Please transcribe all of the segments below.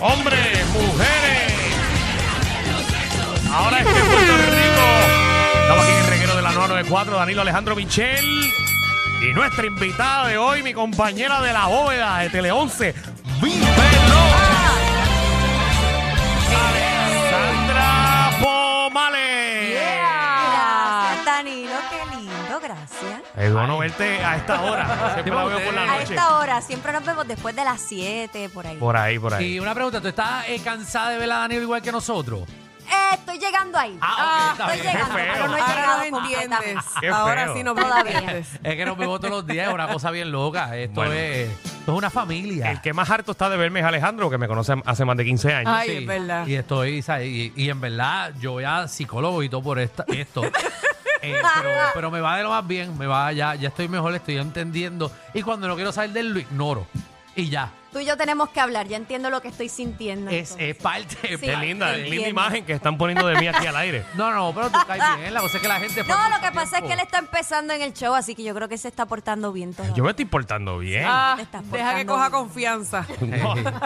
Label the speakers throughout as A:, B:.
A: hombres, mujeres. Ahora es que en Puerto Rico. Estamos aquí en el reguero de la 994, Danilo Alejandro Michel. Y nuestra invitada de hoy, mi compañera de la bóveda de Tele 11, Vívelo. Alexandra Pomales.
B: Ah,
C: Gracias, Danilo, qué lindo, gracias.
A: Es bueno verte a esta hora. Siempre la veo por la
C: A
A: noche.
C: esta hora siempre nos vemos después de las 7, por ahí.
A: Por ahí, por ahí.
D: Sí, una pregunta, ¿tú estás eh, cansada de ver a Daniel igual que nosotros?
C: Eh, estoy llegando ahí.
D: Ah, ok, está
C: estoy
D: bien. Qué
C: llegando,
A: feo.
C: pero no he
B: Ahora
C: llegado
B: me entiendes.
C: completamente.
A: Qué
B: Ahora
A: feo.
B: sí no
C: Todavía.
B: entiendes.
D: Es que nos vemos todos los días, es una cosa bien loca. Esto,
A: Bueno.
D: es, esto es una familia.
A: El que más harto está de verme es Alejandro, que me conoce hace más de 15 años.
B: Ay, es verdad.
D: Y estoy, ¿sabes? y, y en verdad, yo voy a psicólogo y todo por esta, esto. Eh, pero, pero me va de lo más bien, me va ya, ya estoy mejor, estoy entendiendo. Y cuando no quiero salir de él, lo ignoro. Y ya.
C: Tú y yo tenemos que hablar, ya entiendo lo que estoy sintiendo.
D: Es,
C: entonces.
D: es parte. es
C: Sí.
A: Qué
D: parte.
A: linda,
C: Entiendo.
A: linda imagen que están poniendo de mí aquí al aire.
D: No, no, pero tú caes bien. La cosa es que la gente.
C: No, lo que pasa es que él está empezando en el show, así que yo creo que se está portando bien todavía.
A: Yo me estoy portando bien.
B: Ah,
C: Te estás
B: deja que
C: portando
B: coja
C: bien.
B: confianza.
A: No,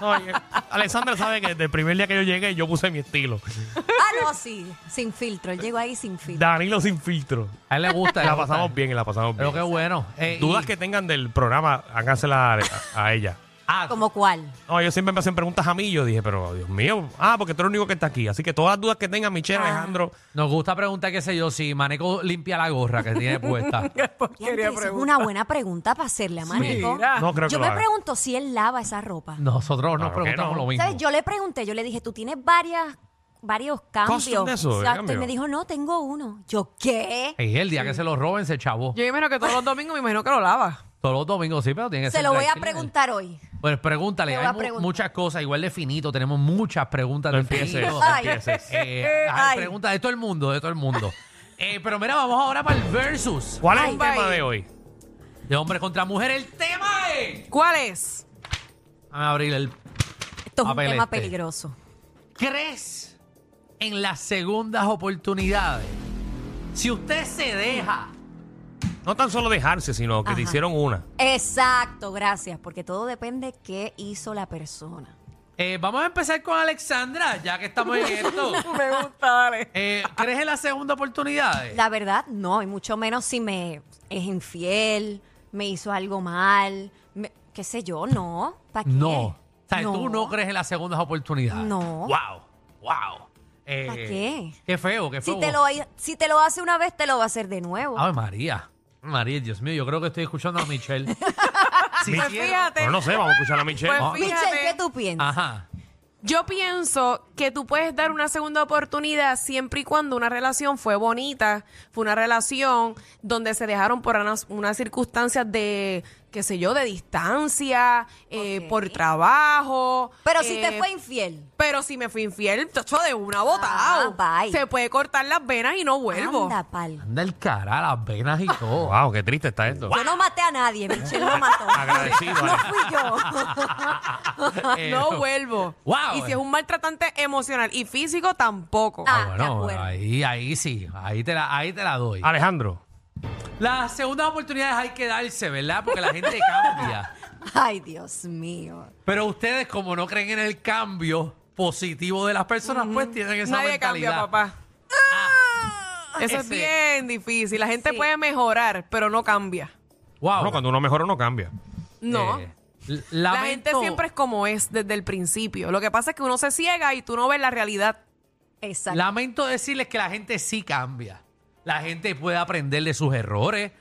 A: no, yo- Alexandra sabe que desde el primer día que yo llegué yo puse mi estilo.
C: Ah, no, sí, sin filtro. Él llegó ahí sin filtro.
A: Danilo sin filtro.
D: A él le gusta.
A: La pasamos bien y la pasamos
D: Pero qué
A: bien.
D: bueno. Eh,
A: Dudas
D: y-
A: que tengan del programa, háganselas a, a ella.
D: Ah,
C: ¿Como cuál?
A: No, ellos siempre me hacen preguntas a mí y yo dije, pero Dios mío, ah, porque tú eres el único que está aquí. Así que todas las dudas que tengan Michelle, Alejandro,
D: Nos gusta preguntar, qué sé yo, si Maneco limpia la gorra que tiene puesta.
C: Diantre,
B: Porquería
C: esa es
B: pregunta.
C: una buena pregunta para hacerle a Manico.
B: Mira.
A: no creo que
C: Yo
A: lo
C: me
A: haga.
C: pregunto si él lava esa ropa.
D: Nosotros nos
A: Claro que
D: preguntamos
A: no.
D: lo mismo.
C: ¿Sabes? Yo le pregunté, yo le dije, tú tienes varias, varios cambios.
A: Custom de eso, de
C: Exacto.
A: cambio.
C: Y me dijo, no, tengo uno. Yo, ¿qué?
D: Y el día que se lo roben, se chavo.
B: Yo imagino que todos los domingos me imagino que lo lava.
D: Todos los domingos sí, pero tiene que ser.
C: Se lo voy a
D: tranquilo.
C: preguntar hoy.
D: Pues pregúntale,
C: Le voy
D: hay
C: a
D: mu-
C: preguntar.
D: muchas cosas, igual de finito, tenemos muchas preguntas
A: No
D: de
A: empieces,
D: finito.
A: no
C: Ay.
A: empieces.
D: Eh, hay
C: Ay.
D: preguntas de todo el mundo, de todo el mundo. Eh, pero mira, vamos ahora para el versus
A: ¿Cuál es el
B: Ay.
A: tema de hoy?
D: de hombre contra mujer. El tema es.
B: ¿Cuál es?
D: Vamos a abrir el.
C: Esto es un
D: Papel
C: tema
D: este.
C: peligroso.
D: ¿Crees en las segundas oportunidades? Si usted se deja.
A: No tan solo dejarse, sino que te
C: Ajá.
A: hicieron una.
C: Exacto, gracias, porque todo depende qué hizo la persona.
D: Eh, vamos a empezar con Alexandra, ya que estamos en esto.
B: Me gusta, dale.
D: Eh, ¿Crees en la segunda oportunidad?
C: La verdad, no, y mucho menos si me es infiel, me hizo algo mal, me- qué sé yo, no. ¿Para qué?
D: No. O sea, tú no crees en las segundas oportunidades.
C: No.
D: Wow. Wow. Eh,
C: ¿Para qué?
D: Qué feo, qué feo.
C: Si te, lo, si te lo hace una vez, te lo va a hacer de nuevo.
D: Ave María. María, Dios mío, yo creo que estoy escuchando a Michelle. Si
B: Pues
D: quiero-
B: fíjate,
A: No, no sé, vamos a escuchar a Michelle.
B: Pues,
C: Michelle,
B: Fíjate.
C: ¿qué tú piensas?
D: Ajá.
B: yo pienso que tú puedes dar una segunda oportunidad siempre y cuando una relación fue bonita, fue una relación donde se dejaron por unas, unas circunstancias de, qué sé yo, de distancia, eh,
C: Ok.
B: por trabajo.
C: Pero si
B: eh,
D: Ah.
C: te fue infiel.
B: Pero si me fui infiel, tacho, de una
C: Ah,
B: botada.
C: bye.
B: Se puede cortar las venas y no vuelvo.
C: Anda, pal.
D: Anda el cara, las venas y todo.
C: Ah,
A: Wow, qué triste está esto.
C: Yo no maté a nadie, Michelle lo mató.
A: Agradecido,
C: No
A: Ale.
C: fui yo.
D: Eh,
B: no vuelvo.
D: Wow. eh.
B: Y si es un maltratante emocional y físico, tampoco.
C: Ah.
D: Ah, bueno,
C: de acuerdo.
D: ahí, ahí sí. Ahí te la, ahí te la doy.
A: Alejandro.
D: Las segundas oportunidades hay que darse, ¿verdad? Porque la gente cambia.
C: Ay, Dios mío.
D: Pero ustedes, como no creen en el cambio positivo de las
C: Ah,
D: personas, pues tienen esa
B: Nadie
D: mentalidad. Ah,
B: cambia, papá. Eso es
D: Ese.
B: bien difícil. La gente
C: Ah, Sí.
B: puede mejorar, pero no cambia.
D: Wow.
A: No, cuando uno mejora, uno cambia.
B: No.
D: Eh, l-
B: la
D: lamento-
B: gente siempre es como es desde el principio. Lo que pasa es que uno se ciega y tú no ves la realidad.
C: Exacto.
D: Lamento decirles que la gente sí cambia. La gente puede aprender de sus errores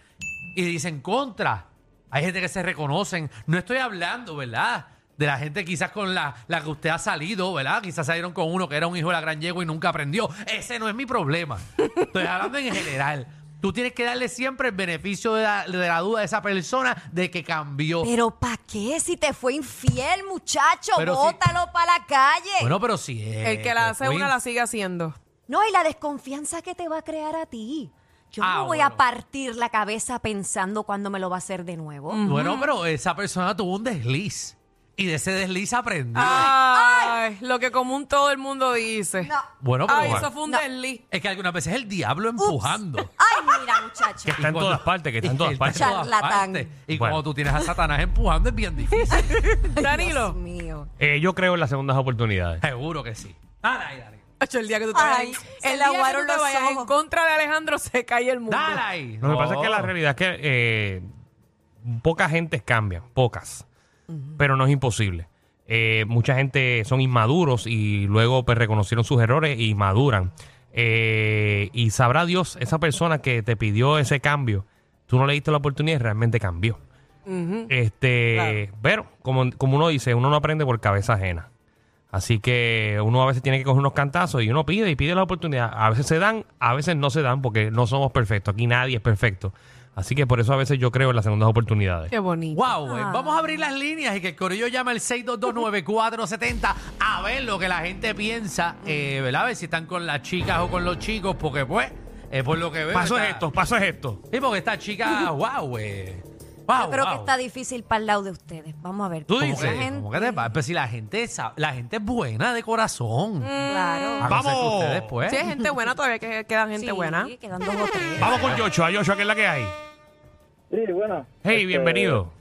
D: y dicen contra. Hay gente que se reconocen. No estoy hablando, ¿verdad? De la gente quizás con la, la que usted ha salido, ¿verdad? Quizás salieron con uno que era un hijo de la gran yegua y nunca aprendió. Ese no es mi problema. Estoy hablando en general. Tú tienes que darle siempre el beneficio de la, de la duda a esa persona de que cambió.
C: Pero ¿para qué? Si te fue infiel, muchacho,
D: Pero si-
C: bótalo para la calle.
D: Bueno, pero si es.
B: El que la hace
D: fue
B: una la sigue haciendo.
C: No, y la desconfianza que te va a crear a ti. Yo
D: Ah,
C: no voy
D: bueno.
C: a partir la cabeza pensando cuándo me lo va a hacer de nuevo.
D: Bueno, pero esa persona tuvo un desliz. Y de ese desliz aprendió.
B: Ay, lo que común todo el mundo dice.
C: No.
D: Bueno, pero
B: Ay,
D: bueno,
B: eso fue un
C: No.
B: desliz.
D: es que algunas veces es el diablo empujando.
C: Ay, mira, muchacho.
A: Que está en
D: Y cuando-
A: todas partes, que está en todas partes.
D: todas
C: Charlatán.
D: partes. Y
A: Bueno.
D: cuando tú tienes a Satanás empujando es bien difícil.
B: Danilo.
C: Dios mío.
A: Eh, yo creo en las segundas oportunidades.
D: Seguro que sí. Dale ahí, dale.
B: Ocho, el día que tú te,
C: Ay,
B: vayas-
C: se
B: el
C: le
B: día que tú
C: aguaron
B: te
C: los
B: vayas en
C: ojos.
B: contra de Alejandro se cae el mundo.
D: Dale ahí. Oh.
A: Lo que pasa es que
D: No.
A: la realidad es que eh, pocas gentes cambian, pocas. Pero no es imposible. Eh, mucha gente son inmaduros y luego pues, reconocieron sus errores y maduran. Eh, y sabrá Dios, esa persona que te pidió ese cambio, tú no le diste la oportunidad y realmente cambió. Este, pero como, como uno dice, uno no aprende por cabeza ajena. Así que uno a veces tiene que coger unos cantazos y uno pide y pide la oportunidad. A veces se dan, a veces no se dan porque no somos perfectos. Aquí nadie es perfecto. Así que por eso a veces yo creo en las segundas oportunidades.
B: Qué bonito.
D: Wow, eh, vamos a abrir las líneas y que el corillo llame al 6229470 a ver lo que la gente piensa, eh, ¿verdad? A ver si están con las chicas o con los chicos, porque pues, eh, por lo que veo...
A: Paso es
D: está-
A: esto, paso es esto.
D: Sí, porque esta chica, wow, eh, wow,
C: Yo creo que
D: wow.
C: está difícil para el lado de ustedes. Vamos a ver.
A: Tú
D: ¿Cómo
A: dices,
D: que-
C: Gente-
D: cómo que te pasa? Pero si la gente, sa- la gente es buena de corazón.
C: Claro.
D: A no ser que
A: ¡Vamos!
D: ustedes, pues,
B: Mm. Sí, hay gente buena todavía que quedan gente
C: Sí,
B: buena.
C: quedan dos o tres.
A: Vamos con Yocho, a Yocho, que es la que hay.
E: Sí, bueno.
A: Hey,
E: Este,
A: bienvenido.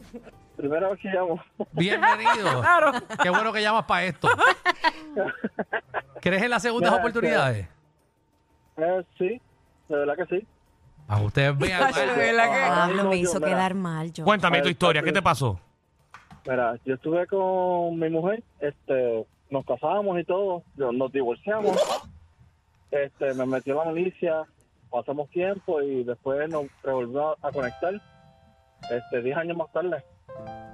E: Primera vez que llamo.
D: Bienvenido.
B: Claro.
D: Qué bueno que llamas para esto. ¿Crees en las segundas
E: Nada,
D: oportunidades?
E: Eh, sí, de verdad que sí.
D: A ustedes vean.
B: Ay, de verdad que-
C: Pablo Ah, me hizo
E: Mira,
C: quedar mal yo.
A: Cuéntame
E: Ay,
A: tu historia, ¿qué te pasó?
E: Mira, yo estuve con mi mujer, este, nos casamos y todo, yo- nos divorciamos, este, me metió la milicia, pasamos tiempo y después nos revolvimos a conectar, este, 10 años más tarde.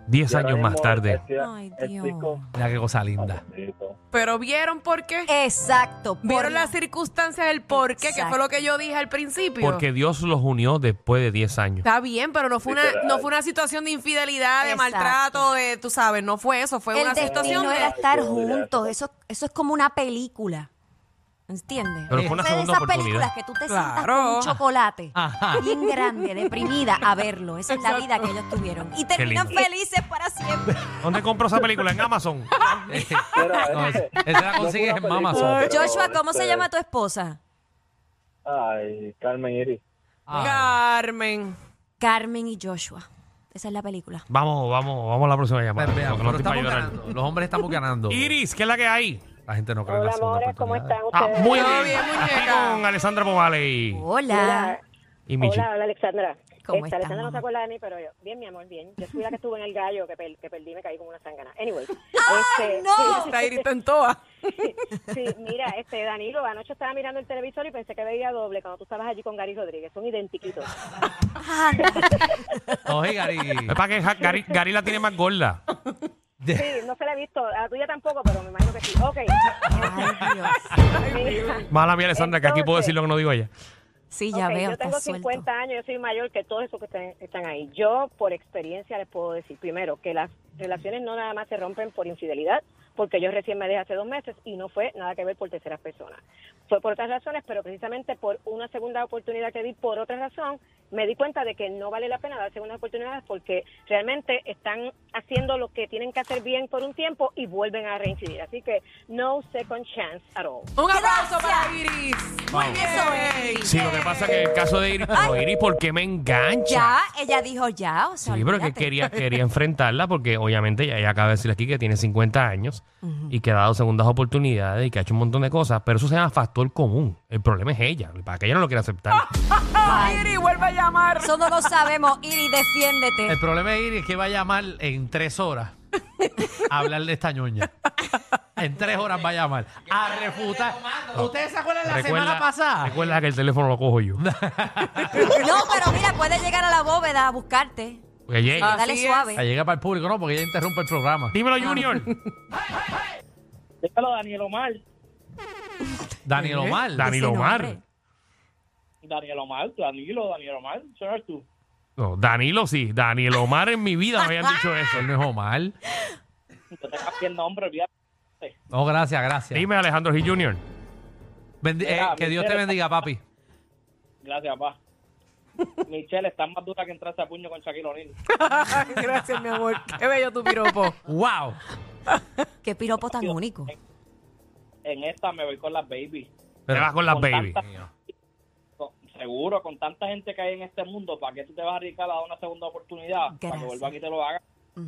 A: 10
E: Y ahora
A: años más
E: mismo
A: tarde.
E: estoy-
C: Ay, Dios.
E: estoy
D: Mira qué cosa
E: con-
D: linda.
B: Pero vieron por qué.
C: Exacto. por
B: Vieron las circunstancias del por qué, que
C: Exacto.
B: fue lo que yo dije al principio.
A: Porque Dios los unió después de 10 años.
B: Está bien, pero no fue una,
E: Literal.
B: no fue una situación de infidelidad, de
C: Exacto.
B: maltrato, de, tú sabes, no fue eso, fue una
C: El
B: situación
C: destino
B: de...
C: era estar
E: Ay, Dios,
C: juntos. Eso, eso es como una película. ¿Entiendes?
A: Pero fue una
C: de
A: segunda
C: esas
A: oportunidad.
C: películas que tú te sientas
B: Claro.
C: con un chocolate
D: Ajá.
C: bien grande, deprimida, a verlo. Esa es la
B: Exacto.
C: vida que ellos tuvieron. Y terminan
A: lindo.
C: felices para siempre.
A: ¿Dónde compró esa película? En Amazon.
E: Mira,
D: No,
E: este,
D: esa la
E: no
D: consigues
E: fue
D: en
E: una
D: Amazon.
E: película, pero,
C: Joshua, ¿cómo se
E: este,
C: llama tu esposa?
E: Ay, Carmen Iris.
D: Ah.
B: Carmen.
C: Carmen y Joshua. Esa es la película.
A: Vamos, vamos, vamos a la próxima llamada.
D: Vean, vean,
A: porque no
D: pero
A: estoy para
D: estamos
A: llorar.
D: ganando. Los hombres estamos ganando.
A: Iris, ¿qué es la que hay?
D: La gente no cree en
F: Hola,
D: las segundas
F: amores, ¿cómo están
D: oportunidades.
A: Ah,
F: ustedes?
A: muy
B: Todo
A: bien,
B: bien,
A: Aquí
B: muñeca.
A: con Alessandra Pomale y,
C: Hola.
A: y Michi.
F: Hola, hola, Alexandra.
C: ¿Cómo
F: Esta,
C: estás,
F: Alexandra no
C: mamá?
F: se acuerda de mí, pero yo. Bien, mi amor, bien. Yo fui la que estuve en el gallo, que, per- que perdí, me caí como una sangana. Anyway. este,
C: ¡Ah, no!
B: Está grita en toa.
F: Sí, mira, este, Danilo, anoche estaba mirando el televisor y pensé que veía doble cuando tú estabas allí con Gary Rodríguez. Son identiquitos.
D: Oye, Gary.
A: Es para que Ja- Gary, Gary la tiene más gorda.
F: Sí, no se la he visto. A la tuya tampoco, pero me imagino que sí. Ok.
C: Ay, Dios.
F: Mira,
A: Mala mía, Alessandra, que aquí puedo
F: Entonces-
A: decir lo que no digo ella.
C: Sí, ya
F: ok,
C: veo.
F: yo tengo
C: estás suelto.
F: 50 años, yo soy mayor que todos esos que están, están ahí. Yo, por experiencia, les puedo decir, primero, que las relaciones no nada más se rompen por infidelidad, porque yo recién me dejé hace dos meses y no fue nada que ver por terceras personas. Fue por otras razones, pero precisamente por una segunda oportunidad que di por otra razón, me di cuenta de que no vale la pena dar segundas oportunidades porque realmente están haciendo lo que tienen que hacer bien por un tiempo y vuelven a reincidir. Así que no second chance at all.
B: Un aplauso para Iris. Muy bien.
A: Sí, lo que pasa es que en el caso de Iris, pero Iris, ¿por qué me engancha?
C: Ya, ella dijo ya. O
A: Sí,
C: sea,
A: pero que
C: olvídate.
A: quería, quería enfrentarla porque obviamente ella, ella acaba de decir aquí que tiene 50 años y que ha dado segundas oportunidades y que ha hecho un montón de cosas, pero eso se llama factor común. El problema es ella, para que ella no lo quiera aceptar.
B: Ay, Iris, vuelve a llamar.
C: Eso no lo sabemos. Iri, defiéndete.
D: El problema de Iris es que va a llamar en tres horas a hablar de esta ñoña. En tres horas va a llamar. A refutar. ¿Ustedes se acuerdan la semana pasada?
A: Recuerda que el teléfono lo cojo yo.
C: No, pero mira, puede llegar a la bóveda a buscarte.
A: Que llegue.
B: Así
C: Dale
B: es.
D: La
C: suave.
D: Ah, llega para el público, no, porque ella interrumpe el programa.
A: Dímelo, Junior.
E: Déjalo, Daniel Omar.
D: Daniel Omar.
A: Danilo
C: Ese
A: Omar.
C: nombre.
G: Daniel Omar, Danilo, Daniel Omar, ¿quién eres tú?
A: No, Danilo sí. Daniel Omar en mi vida me habían dicho eso.
D: Él no es Omar.
G: No te cambies el nombre, olvídate.
D: No, gracias, gracias.
A: Dime, Alejandro Gil Jr.
D: Bendi- eh,
G: Mira,
D: que Dios te
G: Michelle,
D: bendiga, papi.
G: Gracias, papá. Michelle, estás más dura que entrarse a puño con Shaquille O'Neal.
B: Ay, Gracias, mi amor. Qué bello tu piropo.
D: Oh, ¡Wow!
C: Qué piropo tan único.
G: En esta me voy con las baby.
A: Te vas con las
G: Con
A: baby.
G: tanta- con- seguro, con tanta gente que hay en este mundo, ¿para qué tú te vas a arriesgar a dar una segunda oportunidad? Para
C: Gracias.
G: que vuelvan y te lo hagan.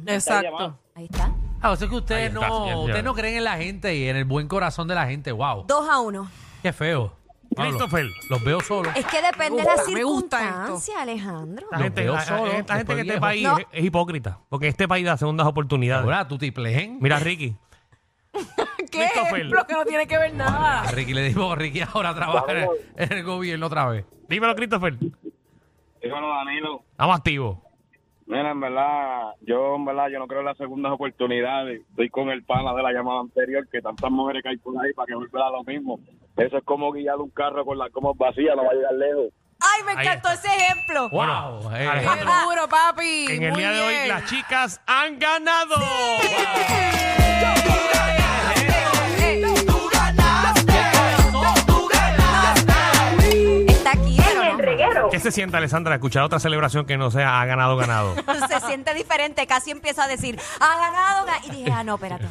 B: Exacto.
C: Ahí está.
D: Ah, o sea que
A: Ahí
D: ustedes
A: está,
D: no,
A: sí, sí,
D: ustedes
A: sí.
D: no creen en la gente y en el buen corazón de la gente. ¡Wow!
C: Dos a uno.
D: ¡Qué feo! Pablo,
A: Christopher.
D: los veo solos.
C: Es que depende de
B: Me
C: la
B: gusta, me gusta esto.
C: circunstancia, Alejandro.
A: Esta
D: Los
A: gente,
D: veo
A: a- a-
D: solos,
A: esta gente que este
D: después viejos.
A: país
C: No.
A: es, es hipócrita. Porque este país da segundas oportunidades.
D: Ahora tú tipleen.
A: Mira, Ricky.
B: ¿Qué
A: Christopher.
B: ejemplo que no tiene que ver nada?
D: Ricky le dijo, Ricky ahora trabaja en el, en el gobierno otra vez.
A: Dímelo, Christopher.
H: Dímelo, Danilo.
A: Estamos activos.
H: Mira, en verdad, yo en verdad, yo no creo en las segundas oportunidades. Estoy con el pana de la llamada anterior, que tantas mujeres que hay por ahí para que vuelva a lo mismo. Eso es como guiar un carro con las gomas vacías, no va a llegar lejos.
C: Ay, me
A: Ahí
C: encantó ese ejemplo.
A: Bueno,
D: Wow, eh.
B: Qué
A: Alejandro,
B: duro, papi.
A: en el
B: Muy
A: día de hoy
B: bien.
A: las chicas han ganado.
B: Eh,
C: Está aquí, pero no.
A: ¿Qué se siente, Alessandra, escuchar otra celebración que no sea ha ganado, ganado?
C: se siente diferente. Casi empieza a decir, ha ganado. ga-". Y dije, ah, no, espérate.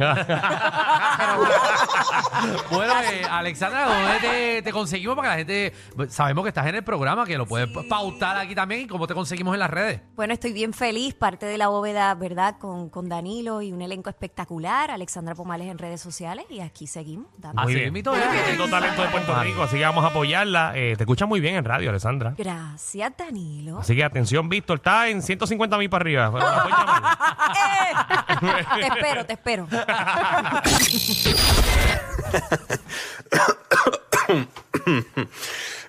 D: Bueno, eh, Alexandra, ¿dónde te, te conseguimos para que la gente... Sabemos que estás en el programa, que lo puedes
C: Sí.
D: pautar aquí también. ¿Y cómo te conseguimos en las redes?
C: Bueno, estoy bien feliz, parte de la bóveda, ¿verdad? Con, con Danilo y un elenco espectacular. Alexandra Pomales en redes sociales. Y aquí seguimos. dando-
B: Ah.
A: Muy
D: Así
A: bien.
D: mismito, ¿verdad?
A: ¿eh? Tengo talento de Puerto Rico, así que vamos a apoyarla. Eh, te escucha muy bien en radio, Alessandra.
C: Gracias, Danilo.
A: Así que atención, Víctor, está en 150 mil para arriba. Bueno, la puedes llamar.
C: ¡Eh! te espero, te espero.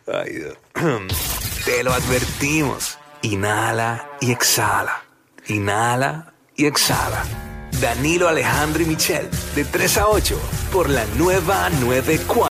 I: Ay, Dios. Te lo advertimos. Inhala y exhala. Inhala y exhala. Danilo Alejandro y Michel, de 3 a 8, por la nueva 94.